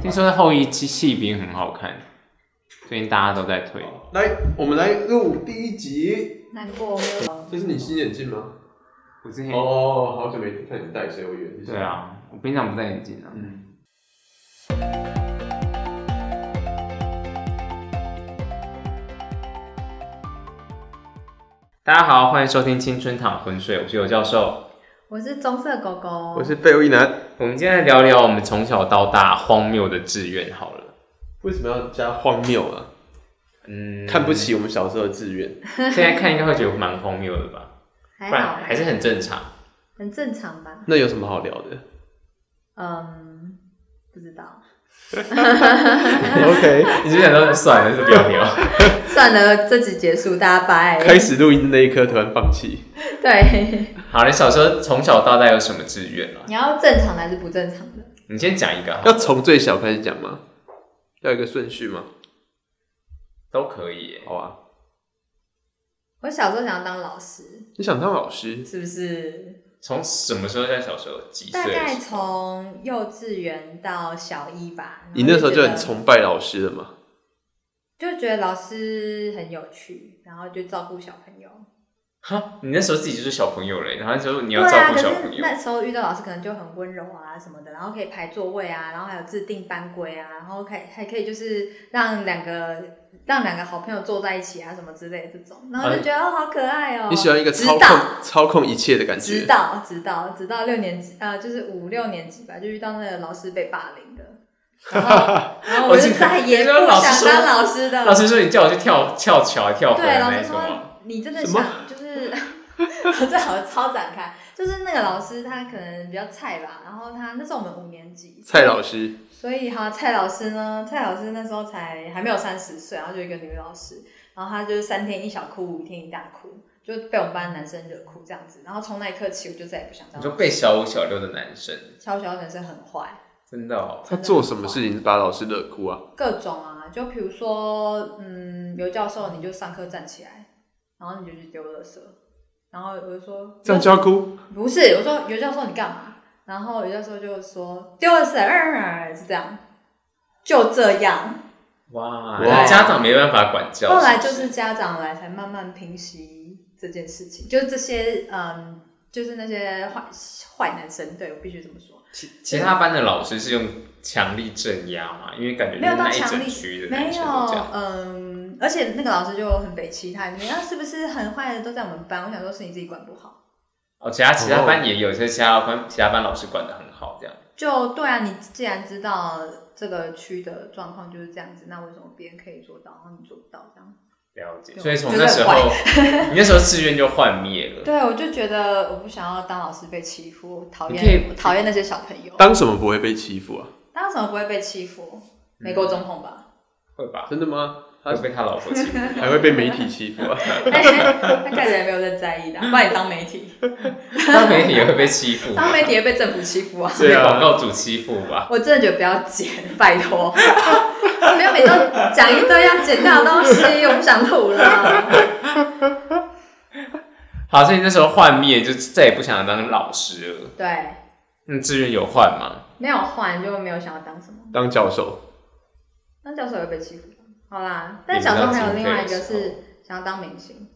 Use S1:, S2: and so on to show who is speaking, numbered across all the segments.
S1: 听说后一期戏兵很好看，最近大家都在推。
S2: 来，我们来录第一集。
S3: 难过没有？
S2: 这是你新眼镜吗？
S1: 我之前
S2: 哦，好久没看你戴，所以我以为是。
S1: 嗯对，啊，我平常不戴眼镜啊。
S2: 嗯。
S1: 大家好，欢迎收听《青春躺浑水》，我是尤教授。
S3: 我是棕色狗
S1: 嗯
S3: 狗，
S2: 我是废物一男。
S1: 我们今天来聊聊我们从小到大荒谬的志愿好了。
S2: 为什么要加荒谬啊？
S1: 嗯，
S2: 看不。起我们小时候的志愿。
S1: 现在看应该会觉得蛮荒谬的吧？不
S3: 还好
S1: 然，还是很正常。
S3: 很正常吧？
S2: 那有什么好聊 的
S3: 嗯，不知道，
S2: ？OK，
S1: 你是想说算了，是不要聊。
S3: 算了，这集结束，大家拜。
S2: 开始录音的那一刻突然放弃。
S3: 对，
S1: 好，你小时候从小到大有什么志愿啊？
S3: 你要正常的还是不正常的？
S1: 你先讲一个好了，
S2: 要从最小开始讲吗？要一个顺序吗？
S1: 都可以耶。
S2: 好啊。
S3: 我小时候想要当老师，
S2: 你想当老师？
S3: 是不是？
S1: 从什么时候在小时候几岁
S3: 大
S1: 的时
S3: 概
S1: 候？
S3: 从幼稚园到小一吧。然后
S2: 你那时候就很
S3: 觉得，
S2: 崇拜老师了吗？
S3: 就觉得老师很有趣，然后就照顾小朋友。
S1: 哈，你那时候自己就是小朋友嘞，然后那时候你
S3: 对
S1: 要照
S3: 啊，
S1: 顾
S3: 可
S1: 小朋
S3: 是
S1: 友，
S3: 那时候遇到老师可能就很温柔啊什么的，然后可以排座位啊，然后还有制定班规啊，然后可以还可以就是让两个让两个好朋友坐在一起啊什么之类的这种，然后就觉得、哦好可爱
S1: 嗯
S3: 哦。
S2: 你喜欢一个
S3: 直
S2: 操控
S3: 到
S2: 操控一切的感
S3: 直
S2: 觉？
S3: 到直到直到六年级呃就是五六年级吧，就遇到那个老师被霸 凌的，然后然后我就再也
S1: 我记得
S3: 不
S1: 老师
S3: 想
S1: 说
S3: 当老师的。
S1: 老师说你叫我去跳跳桥、还跳河
S3: 对，
S1: 的
S3: 老
S1: 那
S3: 师
S1: 种啊，
S3: 说你真的
S2: 什么
S3: 想就是 最好超展开，就是那个老师他可能比较菜吧，然后他那时候我们五年级，
S2: 蔡老师，
S3: 所以哈蔡老师呢，蔡老师那时候才还没有三十岁，然啊后就一个女老师，然后她就是三天一小哭，五天一大哭，就被我们班男生惹哭这样子，然后从那一刻起我就再也不想当
S1: 你
S3: 老
S1: 说
S3: 师。
S1: 被小五、小六的男生，
S3: 小小男生很坏，
S1: 真的哦，
S2: 他做什么事情把老师惹哭啊？
S3: 各种啊，就比如说，嗯，刘教授你就上课站起来，然后你就去丢垃圾，然后我就说
S2: 这样就要哭？
S3: 不是，我说尤教授你干嘛？然后尤教授就说丢了谁？呃是这样，就这样。
S1: 哇，
S2: 哇
S1: 那家长没办法管教，
S3: 后来就是是家长来才慢慢平息这件事情，就是这些嗯，就是那些坏坏男生，对我必须这么说，
S1: 不是其其他班的老师是用强力镇压嘛，因为感觉
S3: 没有
S1: 那
S3: 到
S1: 一
S3: 强
S1: 整
S3: 力
S1: 区的男
S3: 没
S1: 生
S3: 有
S1: 都这样，
S3: 嗯，而且那个老师就很北齐，他里面啊是不是很坏的都在我们班？我想说是你自己管不好。
S1: 哦，其他其他
S2: 哦
S1: 班也有，些其他班其他班老师管的很好，这样。
S3: 就对啊，你既然知道这个区的状况就是这样子，那为什么别人可以做到，然后你做不到这样？
S1: 了解，
S3: 对
S1: 所以从
S3: 就是
S1: 那时候
S3: 坏，
S1: 你那时候志愿就幻灭了。
S3: 对，我就觉得我不想要当老师被欺负，我讨
S1: 你可以
S3: 厌我讨厌那些小朋友。
S2: 当什么不会被欺负啊？
S3: 当什么不会被欺负？美国总统吧？
S1: 会吧？
S2: 真的吗？他
S1: 会被他老婆欺 负。
S2: 还会被媒体欺负 啊？
S3: 哎他看起来没有在在意的啊，不然你当媒体，
S1: 当媒体也会被欺负，
S3: 当媒体也被政府欺负啊！
S1: 是被广告主欺负吧？
S3: 我真的觉得不要剪，拜托， 不要每周讲一堆要剪掉的东西，我不想吐了。
S1: 好，所以那时候幻灭，就再也不想当老师了。
S3: 对，
S1: 那志嗯愿有换吗？
S3: 没有换就没有想要当什么。
S2: 当教授，
S3: 当教授有被欺负吗？好啦，但小时候还有另外一个是想要当明星。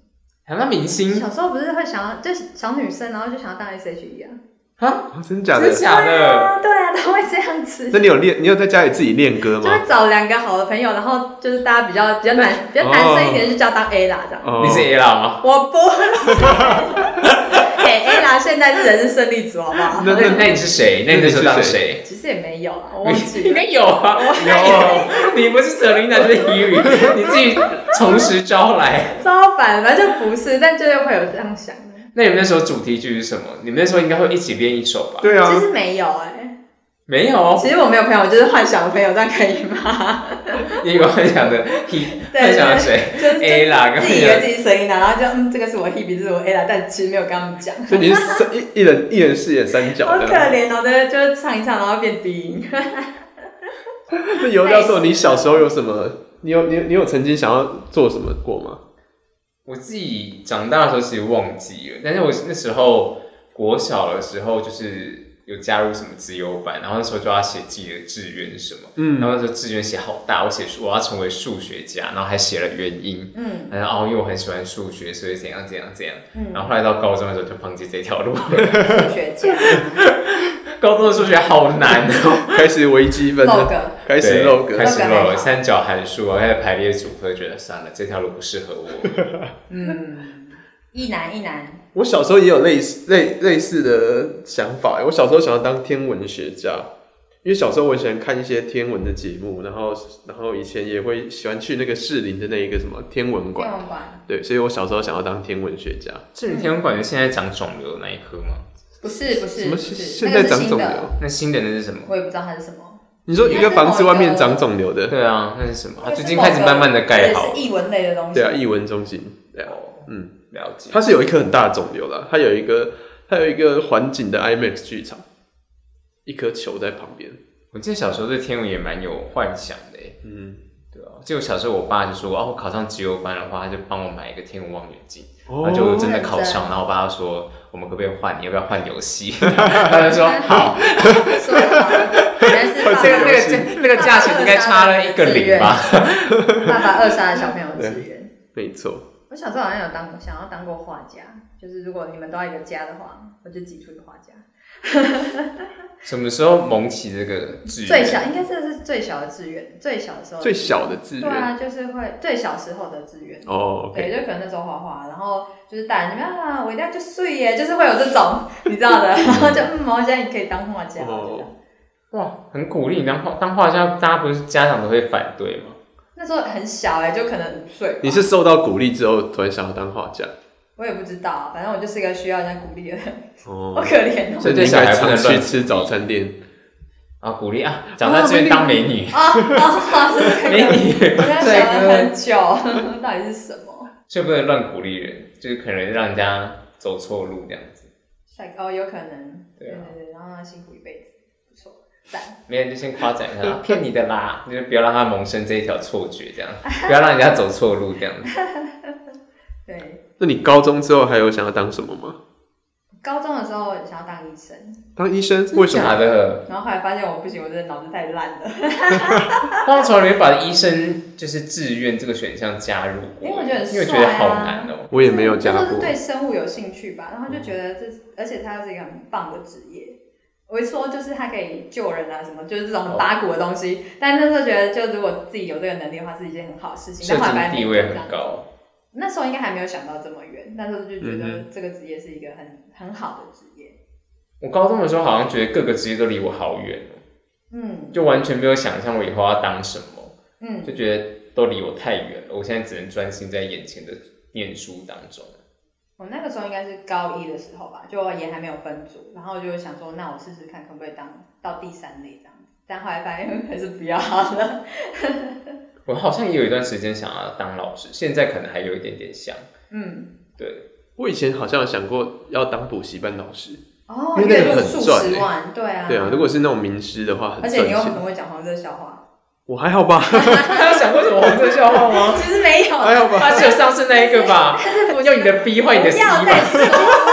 S1: 想当明星
S3: 小时候不是会想要，就是小女生，然后就想要当 S H E 啊？
S1: 啊？
S2: 啊真的假
S1: 真的
S2: 的？
S1: 假
S3: 对
S1: 的？
S3: 啊，对啊，都会这样子。
S2: 那你有练？你有在家里自己练歌
S3: 就
S2: 吗？
S3: 会找两个好的朋友，然后就是大家比较比较
S1: 哦
S3: 男比较男生一点，就叫当 A 啦这样。
S2: 哦
S1: 你是 A 啦吗？
S3: 我不是， 哎、A 啦，现在是人是胜利组，好不好？
S1: 那那你是谁？那你那时候当谁？
S3: 其实也没有啊，我 忘
S1: 你
S3: 记
S1: 应
S3: 了。
S1: 该有啊，有。你不是泽琳娜就是 Yuri，你自己从实招来。
S3: 超反，反正就不是，但就是会有这样想的。
S1: 那你们那时候主题曲是什么？你们那时候应该会一起练一首吧？
S2: 对啊
S3: 其，实没有哎、
S1: 没有，哦
S3: 其实我没有朋友，我就是幻想的朋友，这样可以吗？
S1: 你有幻想的 He，
S3: 对
S1: 幻想的谁？
S3: 就是
S1: A 啦跟
S3: 自己以为自己声音啦，然后就嗯，这个是我 Hebe，这是我 A 啦，但其实没有跟他们讲，
S2: 所以你是三一一人一人饰演三角
S3: 好可
S2: 的。
S3: 怜哦，对，就是唱一唱，然后变低音。
S2: 那尤教授，你小时候有什么？你有你有你有曾经想要做什么过 吗？
S1: 我自己长大的时候其实忘记了，但是我那时候国小的时候就是有加入什么自由班，然后那时候就要写自己的志愿是什么，
S2: 嗯
S1: 然后那时候志愿写好大，我写数我要成为数学家，然后还写了原因，
S3: 嗯
S1: 然后哦因为我很喜欢数学，所以怎样怎样怎样，
S3: 嗯
S1: 然后后来到高中的时候就放弃这条路，
S3: 数学家
S1: 高中的数学好难哦，
S2: 开始微积分了，
S3: log，
S2: 开始
S1: 对
S2: log，
S1: 开始
S3: log 还好
S1: log 三角函数啊，开始排列组合，觉得算了这条路不适合我，
S3: 嗯，一男一男，
S2: 我小时候也有类似类类似的想法欸，我小时候想要当天文学家，因为小时候我喜欢看一些天文的节目，然后然后以前也会喜欢去那个士林的那一个什么天文
S3: 天
S2: 馆，
S3: 文馆
S2: 对，所以我小时候想要当天文学家。
S1: 这里天文馆现在长肿瘤那一科吗？
S3: 不是不是
S2: 什么
S3: 不
S2: 现
S3: 是，
S2: 现
S3: 那
S2: 在
S3: 个是
S2: 长
S3: 新
S2: 肿
S3: 的，
S2: 瘤？
S1: 那新的那是什么？
S3: 我也不知道它是什么，
S2: 你说一个房子外面长肿瘤的？
S1: 对啊，那是什么？它
S3: 那是
S1: 最近开始慢慢的盖
S3: 也
S1: 好
S3: 是，译文类的东西，
S2: 对啊，艺文中心。对啊，
S1: 哦，
S2: 嗯，
S1: 了解。
S2: 它是有一颗很大的肿瘤啦，它有一个它有一个环景的 IMAX 剧场，一颗球在旁边。
S1: 我记得小时候对天文也蛮有幻想的耶，
S2: 嗯，
S1: 对啊，就小时候我爸就说，哦、我考上自由班的话，他就帮我买一个天文望远镜，
S2: 哦
S1: 然后就真的考上，然后我爸就说，我们可不可以换？你要不要换游戏？ 他就说好，
S3: 说好了，原来是
S1: 这
S3: 爸
S1: 个那
S3: 爸
S1: 个价那个价钱应该差了一个零吧？
S3: 爸爸扼杀了小朋友的志愿。
S2: 没错，
S3: 我小时候好像有当过，想要当过画家，就是如果你们都要一个家的话，我就挤出一个画家。
S1: 什么时候萌起这个志
S3: 最
S1: 愿？
S3: 小应该这是最小的志愿，最小的时候的
S2: 最小的志
S3: 对
S2: 愿。
S3: 啊，就是会最小时候的志愿。
S2: 哦，OK，
S3: 对，就可能那时候画画，然后就是大人就啊，我一定要就睡耶，就是会有这种你知道的，然后就嗯，我现在也可以当画家。啊
S2: 哦
S3: 我觉得
S1: 哇，很鼓励你当画当画家，大家不是家长都会反对吗？
S3: 那时候很小哎，就可能五岁吧。
S2: 你是受到鼓励之后突然想要当画家
S3: 我也不知道，反正我就是一个需要人家鼓励的人，好
S2: 哦
S3: 可，怜哦。
S2: 所以你应该常去吃早餐店。
S1: 啊，鼓励啊，长大志愿当美女，
S3: 啊啊！真的，
S1: 美女，
S3: 我在
S1: 帅
S3: 想了
S1: 哥，
S3: 很久， 到底是什么？
S1: 所以不能乱鼓励人，就是可能让人家走错路这样子。
S3: 帅哥哦，有可能，
S1: 对
S3: 对
S1: 啊
S3: 对对，然后他辛苦一辈子，不错，赞。
S1: 没人就先夸奖一下，骗你的啦，就是不要让他萌生这一条错觉，这样，不要让人家走错路，这样子。
S3: 对，
S2: 那你高中之后还有想要当什么吗？
S3: 高中的时候想要当医生，
S2: 当医生？为什么？
S1: 假的？
S3: 然后后来发现我不行，我真的脑子太烂了，
S1: 他从来没把医生就是志愿这个选项加入过，
S3: 因为我觉得很
S1: 因为觉得
S3: 帅啊
S1: 好难哦、
S2: 我也没有加
S3: 那时候
S2: 过
S3: 是。对生物有兴趣吧，然后就觉得这，而且它是一个很棒的职业。我一说就是它可以救人啊，什么就是这种很八股的东
S2: 哦
S3: 西。但那时候觉得，就如果自己有这个能力的话，是一件很好的事情。
S1: 社
S3: 但后来发
S1: 经
S3: 现
S1: 地
S3: 没有
S1: 位
S3: 这样
S1: 很高，
S3: 那时候应该还没有想到这么远，那时候就觉
S2: 嗯
S3: 得这个职业是一个很很好的职业。
S1: 我高中的时候好像觉得各个职业都离我好远哦，
S3: 嗯
S1: 就完全没有想象我以后要当什么，
S3: 嗯，
S1: 就觉得都离我太远了。我现在只能专心在眼前的念书当中。
S3: 我那个时候应该是高一的时候吧，就也还没有分组，然后就想说，那我试试看可不可以当到第三类这样子。但后来发现 还是不要了。
S1: 我好像也有一段时间想要当老师，现在可能还有一点点像，
S3: 嗯，
S1: 对，
S2: 我以前好像有想过要当补习班老师。
S3: 哦，
S2: 因为那
S3: 月
S2: 个
S3: 入
S2: 很
S3: 数
S2: 赚
S3: 十
S2: 欸
S3: 万，对啊，
S2: 对啊，如果是那种名师的话，很
S3: 而
S2: 赚
S3: 且你又
S2: 钱。
S3: 很会讲黄色笑话，
S2: 我还好 吧，
S1: 他有想过什么黄色笑话吗？
S3: 其实没有，
S2: 还好吧。
S1: 他只有上次那一个吧，用你的 B
S3: 不
S1: 换你的
S3: 要再
S1: C
S3: 说了，
S1: 吧，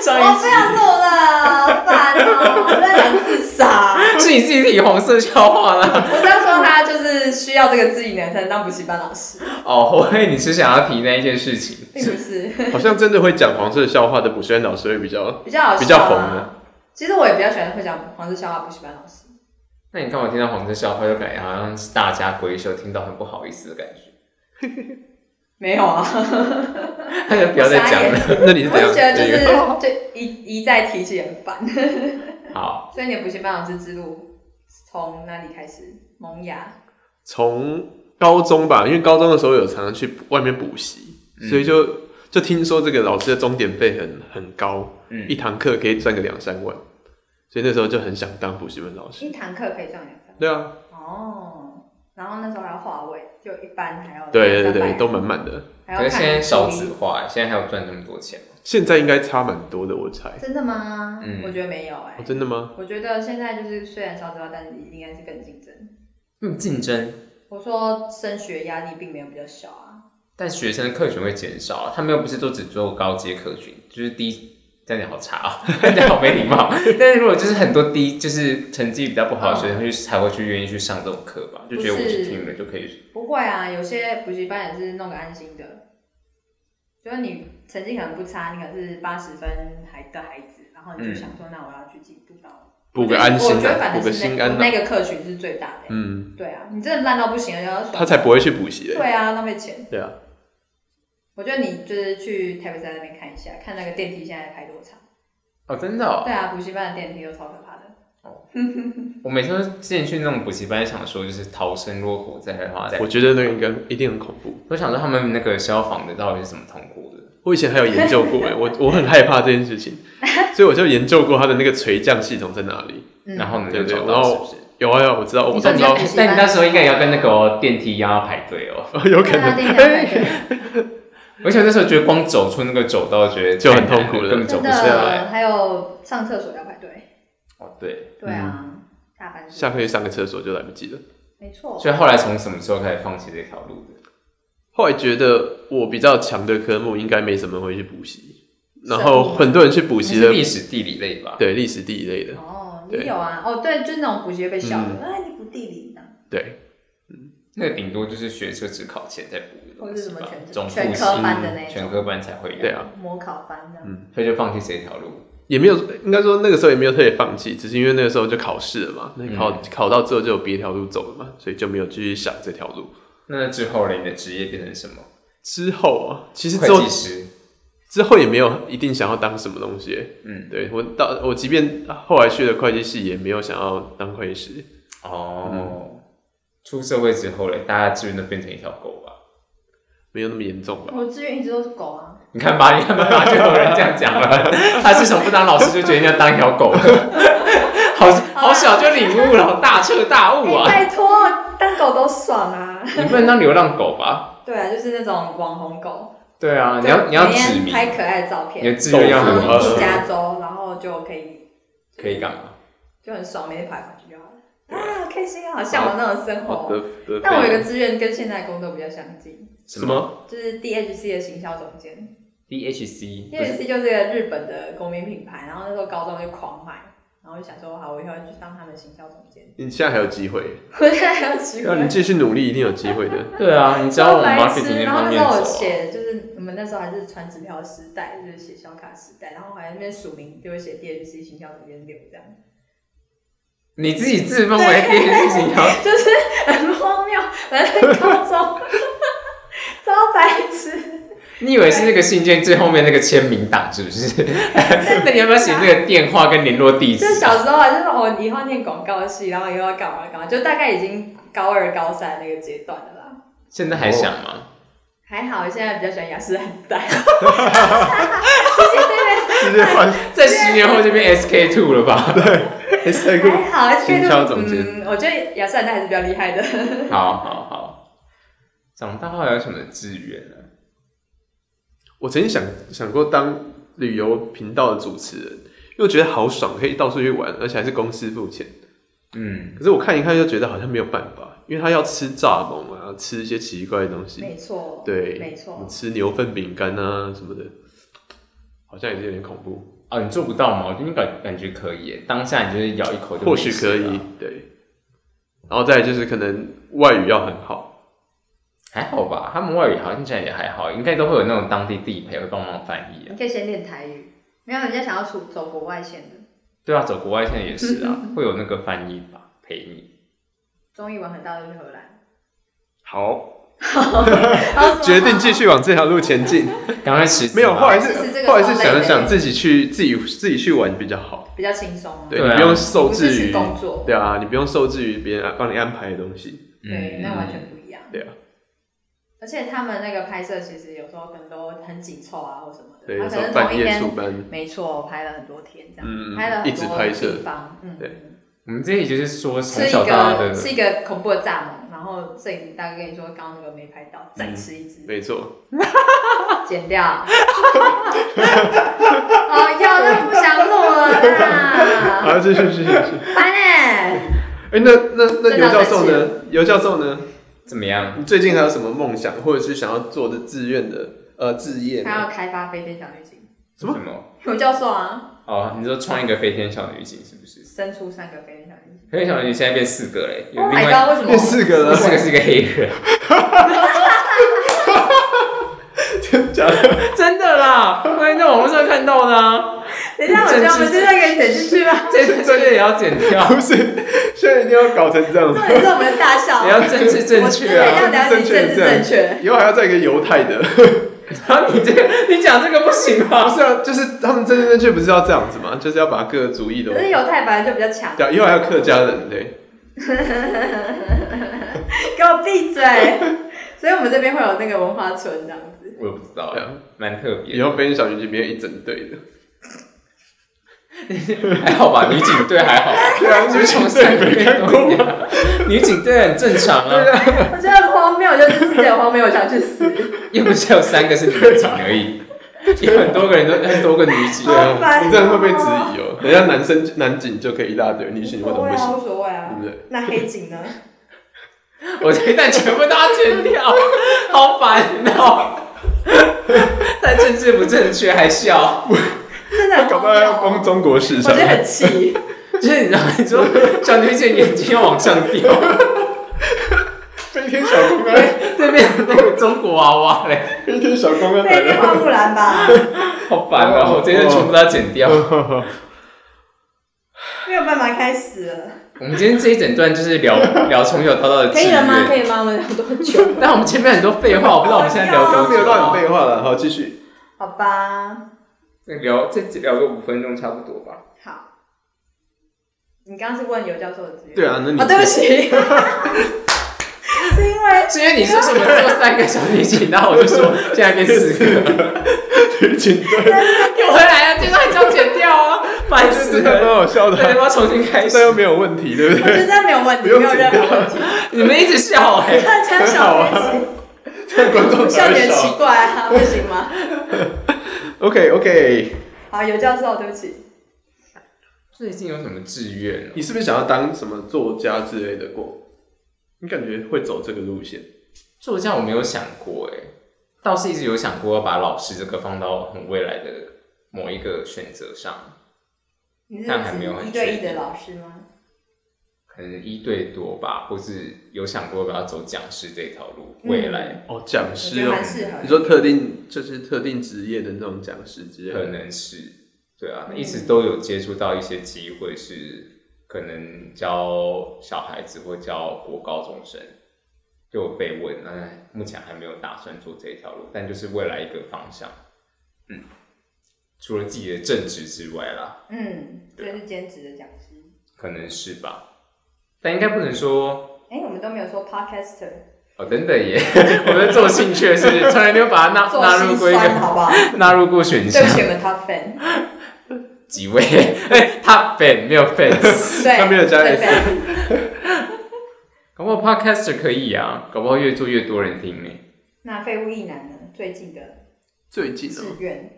S1: 上
S3: 我
S1: 一
S3: 不要做 了，好烦哦，我在想自杀。
S1: 次是你自己提黄色笑话啦。
S3: 我这样说他就是需要这个技能才能当补习班老师，
S1: 哦，我以为你是想要提那一件事情，
S3: 并不是。
S2: 好像真的会讲黄色笑话的补习班老师会比较
S3: 比较好笑啊
S2: 比较红的。
S3: 其实我也比较喜欢会讲黄色笑话补习班老师，
S1: 那你看我听到黄色笑话，就感觉好像是大家闺秀，听到很不好意思的感觉。
S3: 没有啊，
S1: 那就不要再讲了。
S2: 那你是
S3: 我
S2: 怎样？
S3: 就觉得就
S2: 那
S3: 是
S2: 个
S3: 就一一再提起很烦。
S1: 好，
S3: 所以你的补习班老师之路从哪里开始萌芽？
S2: 从高中吧，因为高中的时候有常常去外面补习，
S1: 嗯
S2: 所以就就听说这个老师的钟点费很很高，
S1: 嗯
S2: 一堂课可以赚个两三万，所以那时候就很想当补习班老师。
S3: 一堂课可以赚两三
S2: 对啊，
S3: 哦，然后那时候还要化位，就一般还要
S2: 对对
S3: 300
S2: 对，都满满的。
S3: 还要
S1: 可
S3: 看
S1: 是现在少
S3: 你
S1: 子化，现在还有赚那么多钱吗？
S2: 现在应该差蛮多的，我猜。
S3: 真的吗？
S1: 嗯
S3: 我觉得没有哎、
S2: 哦，真的吗？
S3: 我觉得现在就是虽然少子化，但是应该是更竞争。
S1: 嗯，竞争，
S3: 我说升学压力并没有比较小啊，
S1: 啊但学生的客群会减少，他们又不是都只做高阶客群，就是低这样讲好差啊、 哦，这样好没礼貌。但是如果就是很多低，就是成绩比较不好的学
S2: 嗯
S1: 生，会去才会去愿意去上这种课吧，就觉得我去听了就可以。
S3: 不会啊，有些补习班也是弄个安心的，就是你成绩可能不差，你可能是八十分还的孩子，然后你就想说，那我要去进步到。
S2: 嗯补个安
S3: 我
S2: 心
S3: 觉得反
S2: 啊，
S3: 正
S2: 补个
S3: 是
S2: 心
S3: 那
S2: 安啊。
S3: 那个客群是最大的、
S2: 嗯，
S3: 对啊，你真的烂到不行了，就要
S2: 他才不会去补习嘞。
S3: 对啊，浪费钱。
S2: 对啊，
S3: 我觉得你就是去台北站那边看一下，看那个电梯现在排多长。
S1: 哦，真的、哦，
S3: 对啊，补习班的电梯都超可怕的。
S1: 我每次都之前去那种补习班，想说就是逃生如果火灾的话，在
S2: 我觉得那个应该一定很恐怖。
S1: 我想说他们那个消防的到底是怎么通过的？
S2: 我以前还有研究过哎，我我很害怕这件事情，所以我就研究过它的那个垂降系统在哪里。
S3: 嗯
S1: 然后呢，
S2: 对
S1: 就
S2: 对
S1: 找
S2: 然
S1: 到
S2: 后
S1: 是不是？
S2: 有啊有啊，我知道，我
S3: 你
S2: 知
S3: 中间
S2: 道
S3: 补，习班
S1: 但你那时候应该也要跟那个哦电梯一样要排队哦。
S2: 有可能。
S3: 对啊，电梯排
S1: 而且那时候觉得光走出那个走道，觉得
S2: 就很
S1: 太难
S2: 痛苦了
S1: 根本
S3: 队，
S1: 走
S3: 真
S1: 不出来。
S3: 的还有上厕所要排队。
S1: 哦，对。
S3: 对啊，
S1: 嗯
S3: 大班
S2: 下课去上个厕所就来不及了。
S3: 没错。
S1: 所以后来从什么时候开始放弃这条路的？
S2: 后来觉得我比较强的科目应该没什么人会去补习，然
S3: 生物
S2: 后
S3: 吗
S2: 很多人去补习
S1: 是
S2: 的，
S1: 历史地理类吧？
S2: 对历史地理类的，
S3: 哦，
S2: 对
S3: 也有啊。哦，对，就是那种补习被笑
S1: 嗯
S3: 的，哎，你不地理呢，
S2: 对
S1: 那顶多就是学车只考前再补的
S3: 或
S1: 东
S3: 是
S1: 西
S3: 什么
S1: 吧
S3: 全，
S1: 总
S3: 全
S1: 复习
S3: 科班的那
S1: 全
S3: 种，
S1: 科班才会有。
S2: 对，啊，
S3: 模考班这样。
S1: 所以就放弃这条路。
S2: 也没有应该说那个时候也没有特别放弃，只是因为那个时候就考试了嘛，那考、
S1: 嗯
S2: 考到之后就有别条路走了嘛，所以就没有继续想这条路。
S1: 那之后呢？你的职业变成什么？
S2: 之后啊，其实之
S1: 会
S2: 后
S1: 计师。
S2: 之后也没有一定想要当什么东西，
S1: 嗯，
S2: 对我到我即便后来去了会计系，也没有想要当会计师，
S1: 哦。出社会之后嘞，大家志愿都变成一条狗吧？
S2: 没有那么严重吧。
S3: 我志愿一直都是狗啊，
S1: 你看吧，你看吧，就有人这样讲了。 他自从不当老师就决定要当一条狗了， 好好小就领悟了，好大彻大悟啊！
S3: 哎拜托，当狗都爽啊。
S1: 你不能当流浪狗吧？
S3: 对啊，就是那种网红狗，
S1: 对啊，你
S3: 对
S1: 要你要
S3: 每天
S1: 指明，
S3: 拍可爱的照
S1: 你
S3: 片，
S1: 的志愿要
S3: 然
S1: 很
S2: 豆
S3: 后
S2: 腐
S3: 自己
S1: 合，
S3: 加州，然后就可以
S1: 可以干嘛？
S3: 就很爽，每天跑来跑去就好了。啊，开心啊，好向往那种生
S2: 好
S3: 活。
S2: 的，得
S3: 但我有
S2: 分
S3: 个志愿跟现在工作比较相近，
S2: 什么？
S3: 就是 DHC 的行销总监。
S1: DHC 不是
S3: DHC 就是个日本的国民品牌，然后那时候高中就狂买，然后就想说好，我以后要去当他们的行销总监。
S2: 你现在还有机会，
S3: 我现在还有机
S2: 要你
S3: 会。
S2: 继续努力，一定有机会的。
S1: 对啊，你知道
S3: 超
S1: 我
S3: 白
S1: marketing
S3: 痴，
S1: 那
S3: 然后
S1: 方
S3: 那
S1: 面
S3: 时候我
S1: 走啊，
S3: 写，就是我们那时候还是传纸条时代，就是写小卡时代，然后我还在那边署名，就会写 DHC 行销总监六这样，
S1: 你自己自封为 DHC 行销，
S3: 就是很荒谬，反正高中超白痴。
S1: 你以为是那个信件最后面那个签名档是不是？ 那你要不要写那个电话跟联络地址
S3: 就？小时候啊，就是我以后念广告系，然后以后要干嘛干嘛，就大概已经高二高三那个阶段了啦。
S1: 现在还想吗？
S3: 还好，现在比较喜欢雅诗兰 黛。直
S2: 直接换
S3: 哦
S1: 在十年后就变 SK two 了吧？
S3: 接对面 还好，这
S2: 行
S3: 个
S2: 销
S3: 就
S2: 总监
S3: 嗯，我觉得雅诗兰黛还是比较厉害的。
S1: 好好好，长大后还有什么志愿呢？
S2: 我曾经想想过当旅游频道的主持人，因为我觉得好爽，可以到处去玩，而且还是公司付钱。
S1: 嗯，
S2: 可是我看一看就觉得好像没有办法，因为他要吃蚱蜢啊，吃一些奇怪的东西，
S3: 没错，
S2: 对，
S3: 没错。
S2: 吃牛粪饼干啊什么的，好像也是有点恐怖。
S1: 啊，你做不到吗？我觉得你感感觉可以耶，当下你就是咬一口就
S2: 或
S1: 没事
S2: 许
S1: 了，
S2: 可以，对。然后再来就是可能外语要很好，
S1: 还好吧？他们外语好像现在也还好，应该都会有那种当地地陪会帮忙翻译啊。
S3: 你可以先练台语，没有人家想要出走国外线的，
S1: 对啊，走国外现在也是
S3: 嗯
S1: 啊，会有那个翻译吧陪你。
S3: 综艺玩很大的就是荷兰。
S2: 好，
S3: 然后什么
S2: 决定继续往这条路前进。
S1: 赶快辞职吧啊
S2: 没有，后来是
S3: 啊其实这个
S2: 后来是
S3: 超累
S2: 想
S3: 的
S2: 了想自己去自己自己去玩比较好，
S3: 比较轻松啊，
S2: 对
S1: 对啊
S2: 你不用受
S3: 不是
S2: 制
S3: 去
S2: 于，
S3: 工作，
S2: 对啊，你不用受制于别人啊帮你安排的东西，
S1: 嗯
S3: 对，嗯那完全不一样。
S2: 嗯对啊，
S3: 而且他们那个拍摄其实有时候可能都很紧凑啊，或什么的，
S2: 对，
S3: 他
S2: 有时候
S3: 可能
S2: 半
S3: 同一
S2: 夜
S3: 天
S2: 出班，
S3: 没错，拍了很多天这样，
S2: 嗯
S3: 拍了
S2: 一
S3: 很
S2: 直
S3: 多
S2: 拍摄
S3: 地方，嗯，
S2: 对
S1: 我们这里就是说
S3: 吃
S1: 从
S3: 一
S1: 小到大
S3: 个吃
S1: 的，
S3: 一个恐怖的蚱蜢，然后摄影大哥跟你说刚刚那个没拍到，再吃 一只，
S2: 没错，
S3: 剪掉。哦哟，那不想录了啦，
S2: 好，继续继续。哎，
S3: 烦呢。
S2: 那那那
S3: 真的
S2: 尤教
S3: 生
S2: 授
S3: 气
S2: 呢？尤教授呢？
S1: 怎么样？
S2: 你最近还有什么梦想，或者是想要做的志愿的呃志业
S3: 他
S2: 吗？
S3: 要开发飞天小女警，
S2: 什么
S1: 什么？
S3: 有教授啊，
S1: 哦，你说创一个飞天小女警是不是？
S3: 生出三个飞天小女警。
S1: 飞天小女警现在变四个嘞，有
S3: Oh
S1: 另
S3: my
S1: 外
S3: god！为什
S2: 变
S3: 么？
S2: 哎四个
S1: 四个
S2: 了，
S1: 是一个黑人，
S2: 假的？
S1: 真的啦，我也在网络上看到的啊，
S3: 等一下，我觉得我们这段可以剪进去啊吗？
S1: 这这些也要剪掉，
S2: 不是，现在一定要搞成这样子
S3: 重，点是我们的大笑
S1: 也。要政治正确
S3: 我真的
S1: 啊
S3: 要。了解政治正确。
S2: 以后还要再一个犹太的，
S1: 然后你这个你讲这个不行
S2: 不
S1: 吧？
S2: 是啊，就是他们政治正确不是要这样子吗？就是要把各个族裔都
S3: 可，是犹太本来就比较强。
S2: 对，以后还有客家人，对，
S3: 给我闭嘴！所以我们这边会有那个文化村这样子。
S1: 我也不知道
S2: 对
S1: 哎
S2: 啊，
S1: 蛮特别
S2: 以后飞行小女警变一整队的，
S1: 的，还好吧？女警队还好，
S2: 对啊，
S1: 就是从三个
S2: 对没看
S1: 都一样，女警队很正常啊，
S3: 我觉得很荒谬，就是世界很荒谬，我想去死，
S1: 又不是有三个是女警而已，有很多个人都很多个女警
S2: 对
S1: 啊，
S3: 好烦
S2: 啊，
S3: 哦
S2: 你这样会被质疑哦。等一下男生男警就可以一大堆，女警为什么不行？
S3: 无所谓
S2: 对
S3: 啊
S2: 不对？
S3: 那黑警呢？
S1: 我这一段全部都要剪掉，好烦哦。但政治不正确还笑，
S3: 真的很
S2: 搞
S3: 荒
S2: 不好
S3: 谬
S2: 要攻中国市
S3: 啊我
S2: 场
S3: 觉。得很气。
S1: 就是你知道，你说小女姐眼睛要往上掉，
S2: 飞天小公安，
S1: 这边有那个中国娃娃嘞，
S2: 飞天小公安来
S3: 那一定
S2: 了。
S3: 花木兰吧，
S1: 好烦哦！我这些全部都要剪掉。
S3: 没有办法开始了。
S1: 我们今天这一整段就是聊聊从小到大的
S3: 可
S1: 志
S3: 以了吗？可
S1: 愿，
S3: 以吗？我们聊多久？
S1: 但我们前面很多废话，我不知道我们现在聊
S2: 刚
S1: 多
S2: 没有
S1: 久
S2: 到
S1: 啊
S2: 你。废话了，好继续。
S3: 好吧，
S1: 聊这集聊个五分钟差不多吧。
S3: 好。你刚刚是问尤教授的资源？
S2: 对啊，那你
S3: 哦，对不起， 是因为
S1: 是因为你说什么做三个小女警，然后我就说现在变四 个，
S2: 女警队
S1: 又回来了，这段还是要剪掉啊，烦
S2: 这
S1: 死
S2: 真
S1: 了
S2: 的蛮。好笑
S1: 对，要
S2: 的，
S1: 不要重新开
S2: 这又
S1: 始？
S2: 没有问题，对不
S3: 我觉
S2: 对？
S3: 得这没有问题，
S2: 不
S3: 没
S2: 用
S3: 有任
S2: 紧
S3: 何问题。
S1: 你们一直笑哎、
S3: 看起来小黑警
S2: 这观众才
S3: 笑
S2: 会
S3: 点奇
S2: 笑。
S3: 怪啊，不行吗？
S2: OK OK，
S3: 好，尤教授，对不起，
S1: 最近有什么志愿、哦
S2: 你是不是想要当什么作家之类的过？你感觉会走这个路线？
S1: 作家我没有想过哎、倒是一直有想过要把老师这个放到很未来的某一个选择上，
S3: 你是
S1: 但还没有很
S3: 一对一
S1: 确
S3: 的
S1: 定
S3: 老师吗？
S1: 可能一对多吧，或是有想过要不要走讲师这条路。
S3: 嗯
S1: 未来
S2: 哦，讲
S3: 我
S2: 师
S3: 觉得
S2: 哦
S3: 蛮，适合
S2: 你
S3: 的。
S2: 说特定就是特定职业的那种讲师之类
S1: 可
S2: 的，
S1: 能是对啊，
S3: 嗯
S1: 一直都有接触到一些机会是可能教小孩子或教国高中生。就有被问，哎，目前还没有打算做这条路，但就是未来一个方向，嗯，除了自己的正职之外啦，
S3: 嗯，就是兼职的讲师。
S1: 可能是吧，但应该不能说
S3: 哎，我们都没有说 podcaster，
S1: 哦，真的耶， 我们做兴趣的事，从来没有把它纳
S3: 做
S1: 纳入
S3: 心
S1: 过一个
S3: 酸好不好？
S1: 纳入过选
S3: 对
S1: 项
S3: 不起，我们 top fan，
S1: 几位， 哎，他 fan 没有 fans，
S3: 对，
S2: 他没有加
S3: 对
S2: S
S3: fan
S1: 搞不好 podcaster 可以啊，搞不好越做越多人听呢。
S3: 那废物一男呢？最近的
S2: 最近
S3: 志
S2: 哦，
S3: 愿，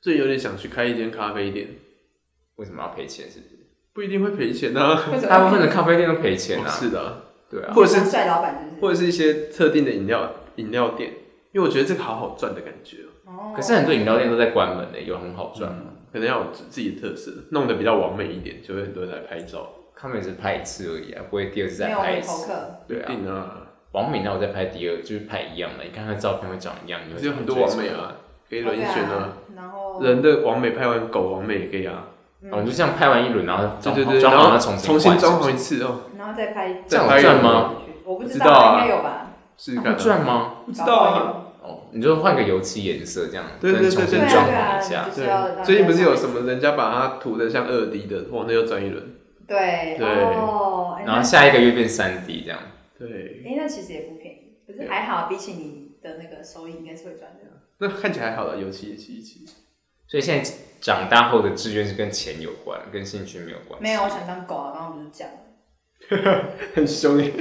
S2: 最有点想去开一间咖啡店，
S1: 为什么要赔钱？是不是？
S2: 不一定会赔钱啊。
S3: 或者
S1: 大部分的咖啡店都赔钱
S2: 哦
S1: 啊，
S2: 是的啊，
S1: 对啊，
S2: 或者是
S3: 帅老板，是不
S2: 或
S3: 是？
S2: 者是一些特定的饮料饮料店，因为我觉得这个好好赚的感觉哦，
S3: 哦
S1: 可是很多饮料店都在关门的，有很好赚吗？
S2: 可能要有自自己的特色，弄得比较完美一点，就会很多人来拍照。
S1: 他们也是拍一次而已啊，不会第二次
S3: 没
S1: 再
S3: 有
S1: 拍一
S3: 回头
S1: 次。
S3: 客，
S1: 对啊
S2: 一定啊，
S1: 王美那我再拍第二，就是拍一样的，你看她照片会长一样，你
S2: 可
S1: 会
S2: 是有很多完美啊，可以轮
S3: 哦
S2: 选
S3: 对
S2: 啊。
S3: 啊，然后
S2: 人的完美拍完狗完美也可以啊，
S1: 哦。我们
S3: 嗯，
S1: 就这样拍完一轮，然后
S2: 对
S1: 装
S2: 对对，
S1: 装
S2: 然
S1: 好
S2: 后
S1: 要重
S2: 重
S1: 新
S2: 新
S1: 换
S2: 装
S1: 是
S2: 潢一次哦，
S3: 然后再拍，
S1: 这样
S2: 再拍一
S1: 赚
S2: 个
S1: 吗？
S3: 我不知
S2: 不知道
S3: 道，
S2: 啊
S3: 应该有吧？
S2: 试
S1: 不
S2: 试
S1: 是
S2: 看
S1: 会
S2: 啊。
S1: 赚吗？
S2: 不知道啊，
S1: 哦，你就换个油漆颜色这样，
S2: 对
S1: 跟
S2: 对对
S1: 重新
S2: 对对
S1: 装
S3: 对
S1: 潢
S3: 啊
S1: 一下。
S3: 就是要让
S2: 对，最近不是有什
S3: 大
S2: 么人家把它涂的像二 D 的，哇，那又赚一轮。
S3: 对
S2: 对
S3: 哦，哎
S1: 然后
S3: 那
S1: 下一个月变三 D 这样，
S2: 对，
S3: 哎，那其实也不便宜，可是还好，比起你的那个收益，应该是会赚的。
S2: 那看起来还好了，油漆也漆一漆。
S1: 所以现在长大后的志愿是跟钱有关，跟兴趣没有关。
S3: 没有，我，想当狗啊，刚刚不是讲了。
S2: 很凶 耶，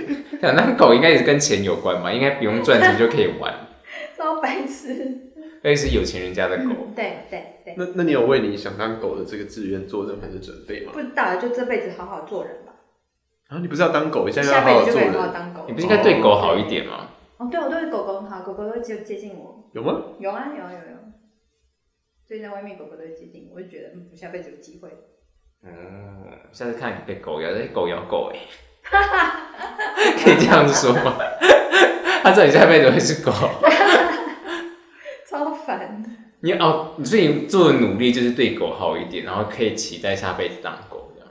S1: 想当啊狗应该也是跟钱有关吧？应该不用赚钱就可以玩，
S3: 超白痴。
S1: 而且是有钱人家的狗。
S3: 对对对，
S2: 那那你有为你想当狗的这个志愿做任何的准备吗
S3: 不？知道就这辈子好好做人吧，
S2: 啊，你不是要当狗，现在要
S3: 下
S2: 好
S3: 辈
S2: 好
S3: 子 就
S2: 做
S3: 可以
S2: 人，
S3: 好好当狗
S1: 你。不是应该哦对狗好一点吗？
S3: 哦，对，我对狗狗很好，狗狗会接接近我。
S2: 有吗？
S3: 有啊有啊有啊有啊，所以在外面狗狗都会接近我，我就觉得嗯，我下辈子有机会。
S1: 嗯，下次看你被狗咬，那狗咬狗哎、 欸，可以这样子说吗？ 他知道你下辈子会是狗。
S3: 超烦。
S1: 你哦，所以你做的努力就是对狗好一点，然后可以期待下辈子当狗这样。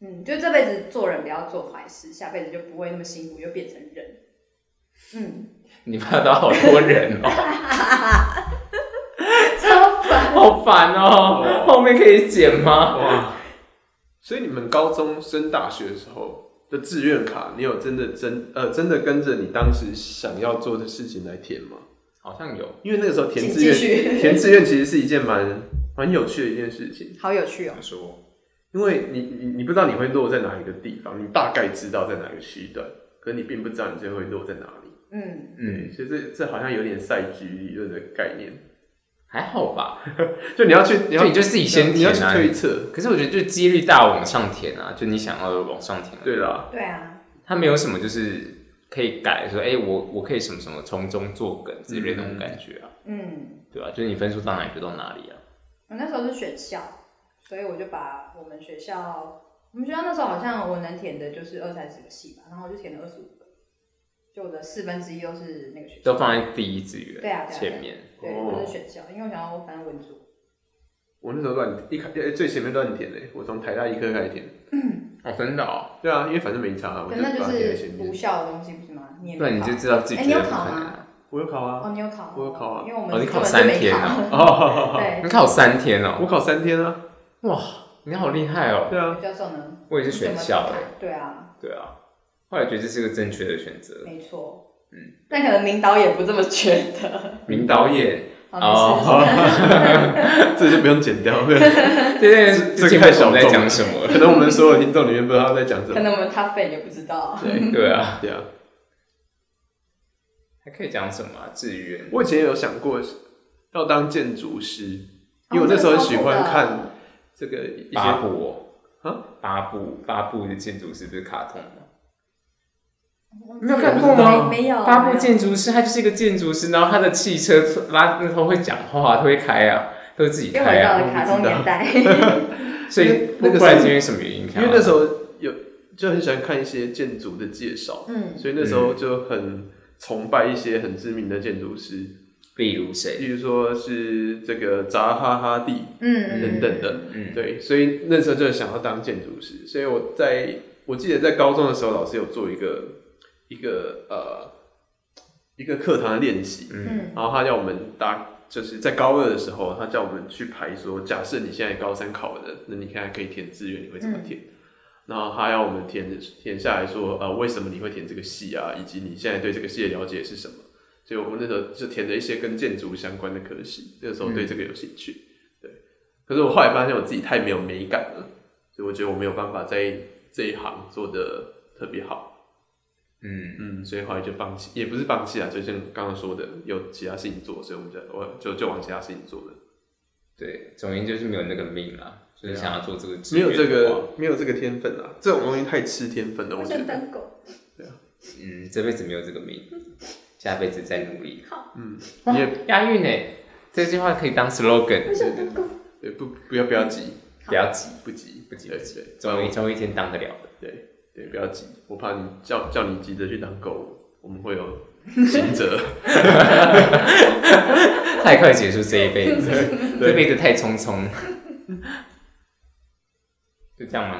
S3: 嗯，就这辈子做人不要做坏事，下辈子就不会那么辛苦，又变成人。嗯，
S1: 你怕到好多人哦，
S3: 超烦。
S1: 好烦哦，后面可以剪吗？
S2: 哇！所以你们高中升大学的时候的志愿卡，你有真的真呃真的跟着你当时想要做的事情来填吗？
S1: 好像有，
S2: 因为那个时候填
S3: 请
S2: 志
S3: 继续
S2: 愿，填志愿其实是一件蛮蛮有趣的一件事情，
S3: 好有趣哦
S1: 想。说
S2: 因为你你你不知道你会落在哪一个地方，你大概知道在哪个区段，可是你并不知道你最后会落在哪里。
S3: 嗯，
S1: 嗯
S2: 所以这这好像有点赛局理论的概念，
S1: 还好吧，
S2: 就你要去，你要
S1: 就你就自己先
S2: 你要
S1: 填
S2: 去
S1: 啊。
S2: 推测，
S1: 可是我觉得就几率大往上填啊，就你想要的往上填、啊。
S2: 对啦，
S3: 对啊，
S1: 它没有什么就是可以改说，哎、我我可以什么什么从中作梗之类的那种感觉啊，
S3: 嗯，
S1: 对吧、就是你分数到哪里就到哪里啊。
S3: 我那时候是选校，所以我就把我们学校，我们学校那时候好像我能填的就是二三十个系吧，然后我就填了二十五个，就我的四分之一都是那个学校。
S1: 都放在第一志
S3: 对啊
S1: 愿
S3: 对啊
S1: 前面，
S3: 对，
S2: 哦
S3: 我是选校，因为我想要我反正文组。
S2: 我那时候乱一开呃最前面乱填嘞，我从台大医科开始填，
S1: 哦，真的哦，
S2: 对啊，因为反正没差啊，我
S3: 可
S2: 就把
S3: 那
S2: 它
S3: 就
S2: 填在
S3: 是
S2: 前
S3: 无
S2: 面。
S3: 效的东西，不是吗？你也
S1: 对，
S3: 没
S1: 你
S3: 考
S1: 就知道自己
S3: 哎
S1: 觉得
S3: 你有
S1: 不
S3: 考
S1: 可能
S3: 吗
S1: 啊。
S2: 我有考
S3: 哦，
S2: 啊，
S3: 你有考？
S2: 我有考啊
S3: 因为我们
S1: 哦你考
S3: 根本就没
S1: 三天
S3: 考
S1: 啊
S2: 哦，
S1: 你
S3: 对，
S1: 考三天哦，
S2: 我考三天啊，
S1: 哇，你好厉害哦！
S2: 对 啊，
S3: 教授呢？
S1: 我也是选校
S3: 你怎么
S1: 哎，
S3: 看对啊，
S1: 对啊，后来觉得这是个正确的选择。
S3: 没错。
S1: 嗯，
S3: 但可能领导也不这么觉得。
S1: 名导演，
S3: 好，没事。
S2: 这就不用剪掉， 对
S1: 这件
S2: 这
S1: 之前不
S2: 太
S1: 懂
S2: 小众了
S1: 在讲什么了。
S2: 可能我们所有听众里面不知道在讲什
S3: 可
S2: 么，
S3: 能我们他粉也不知道。
S2: 对
S1: 对啊，
S2: 对啊，
S1: 还可以讲什么啊志愿？
S2: 我以前有想过要当建筑师，
S3: 哦
S2: 因为我那时候很喜欢看这个一些
S1: 巴布哦，
S2: 啊，
S1: 巴布巴布的建筑师不是卡通吗？
S3: 没
S1: 没有看过吗？
S3: 没有。
S1: 八部
S3: 没有
S1: 建筑师，他就是一个建筑师，然后他的汽车拉那头会讲话，他会开啊，都是自己
S3: 因为我
S1: 开
S3: 到
S1: 啊，
S3: 了卡通年代，
S1: 所
S2: 因
S1: 以
S2: 为那个
S1: 不然
S2: 时候
S1: 是因为什么原因开
S2: 因
S1: 啊？
S2: 为那时候有就很喜欢看一些建筑的介绍，
S3: 嗯，
S2: 所以那时候就很崇拜一些很知名的建筑师，
S1: 例如谁？
S2: 例如说是这个扎哈哈蒂
S3: 嗯嗯
S2: 等等的，
S1: 嗯，
S2: 对，所以那时候就想要当建筑师，所以我在我记得在高中的时候，老师有做一个一个呃一个课堂的练习，
S3: 嗯
S2: 然后他叫我们搭，就是在高二的时候，他叫我们去排说，假设你现在高三考的，那你现在可以填志愿，你会怎么填？然后他要我们填填下来说，呃，为什么你会填这个系啊，以及你现在对这个系的了解是什么？所以我们那时候就填了一些跟建筑相关的科系，那个时候对这个有兴趣。对，可是我后来发现我自己太没有美感了，所以我觉得我没有办法在这一行做的特别好。
S1: 嗯，
S2: 嗯，所以后来就放弃，也不是放弃啊，就像刚刚说的，有其他事情做，所以我们就我就就往其他事情做了，
S1: 对，总而言之就是没有那个命啊，就是想要做这个志
S2: 没
S1: 愿
S2: 有
S1: 的
S2: 这
S1: 话，
S2: 个没有这个天分啊，这种东西太吃天分了，我
S3: 我
S2: 觉
S3: 想
S2: 得。
S3: 当狗。
S1: 嗯，这辈子没有这个命，下辈子再努力。
S2: 嗯，
S1: 哇
S2: 你也
S1: 押韵呢，这句话可以当 slogan，
S3: 我想当狗。
S2: 也不不要不要急，
S1: 不要急，
S2: 不急
S1: 不急
S2: 对
S1: 不急
S2: 对，
S1: 总有一总有一天当得了的。
S2: 对对，不要急，我怕你叫叫你急着去当狗，我们会有刑责。
S1: 太快结束这一辈 子，这辈子太匆匆。 就这样吗？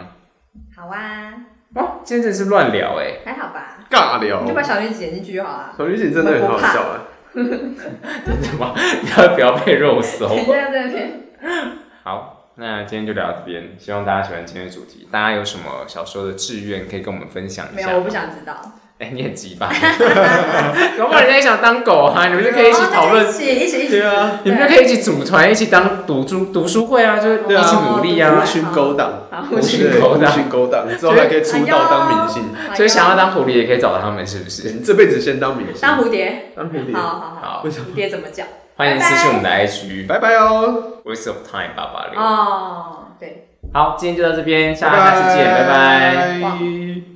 S3: 好啊，
S1: 哇，今天真的是乱聊哎、
S3: 还好吧？
S2: 尬
S3: 你就把
S2: 聊，
S3: 小女子剪进去就好了。
S2: 小女警真的很好笑啊，
S1: 怎么 不要不要被肉搜？
S3: 等一下在那边。
S1: 好，那今天就聊到这边，希望大家喜欢今天的主题。大家有什么小时候的志愿可以跟我们分享一
S3: 没
S1: 下？
S3: 有，我不想知道。
S1: 哎、你很 急吧？搞不好人家也想当狗啊，你们就可以一起讨论
S3: 哦，大家一起一起一起。
S2: 对啊
S1: 你们就可以一起组团，一起当读书读书会啊，就是
S2: 对啊
S1: 一起努力
S3: 好
S1: 啊
S2: 狐。群勾当，
S3: 好，
S1: 狐
S3: 我
S1: 群
S3: 去。
S2: 对
S1: 勾当
S2: 狐群勾当，你之后还可以出道当明星，
S1: 所以想要当狐狸也可以找他们，是不
S2: 对
S1: 是？
S2: 你这辈子先当明星，
S3: 哎当蝴蝶，
S2: 当蝴蝶
S3: 好，好好，
S1: 好，
S3: 蝴蝶怎么叫？
S1: 欢迎私信我们的 IG
S2: 拜拜哦。
S1: Waste of Time 八八六。
S3: 哦，对。
S1: 好，今天就到这边，下下次见，拜拜
S2: 拜拜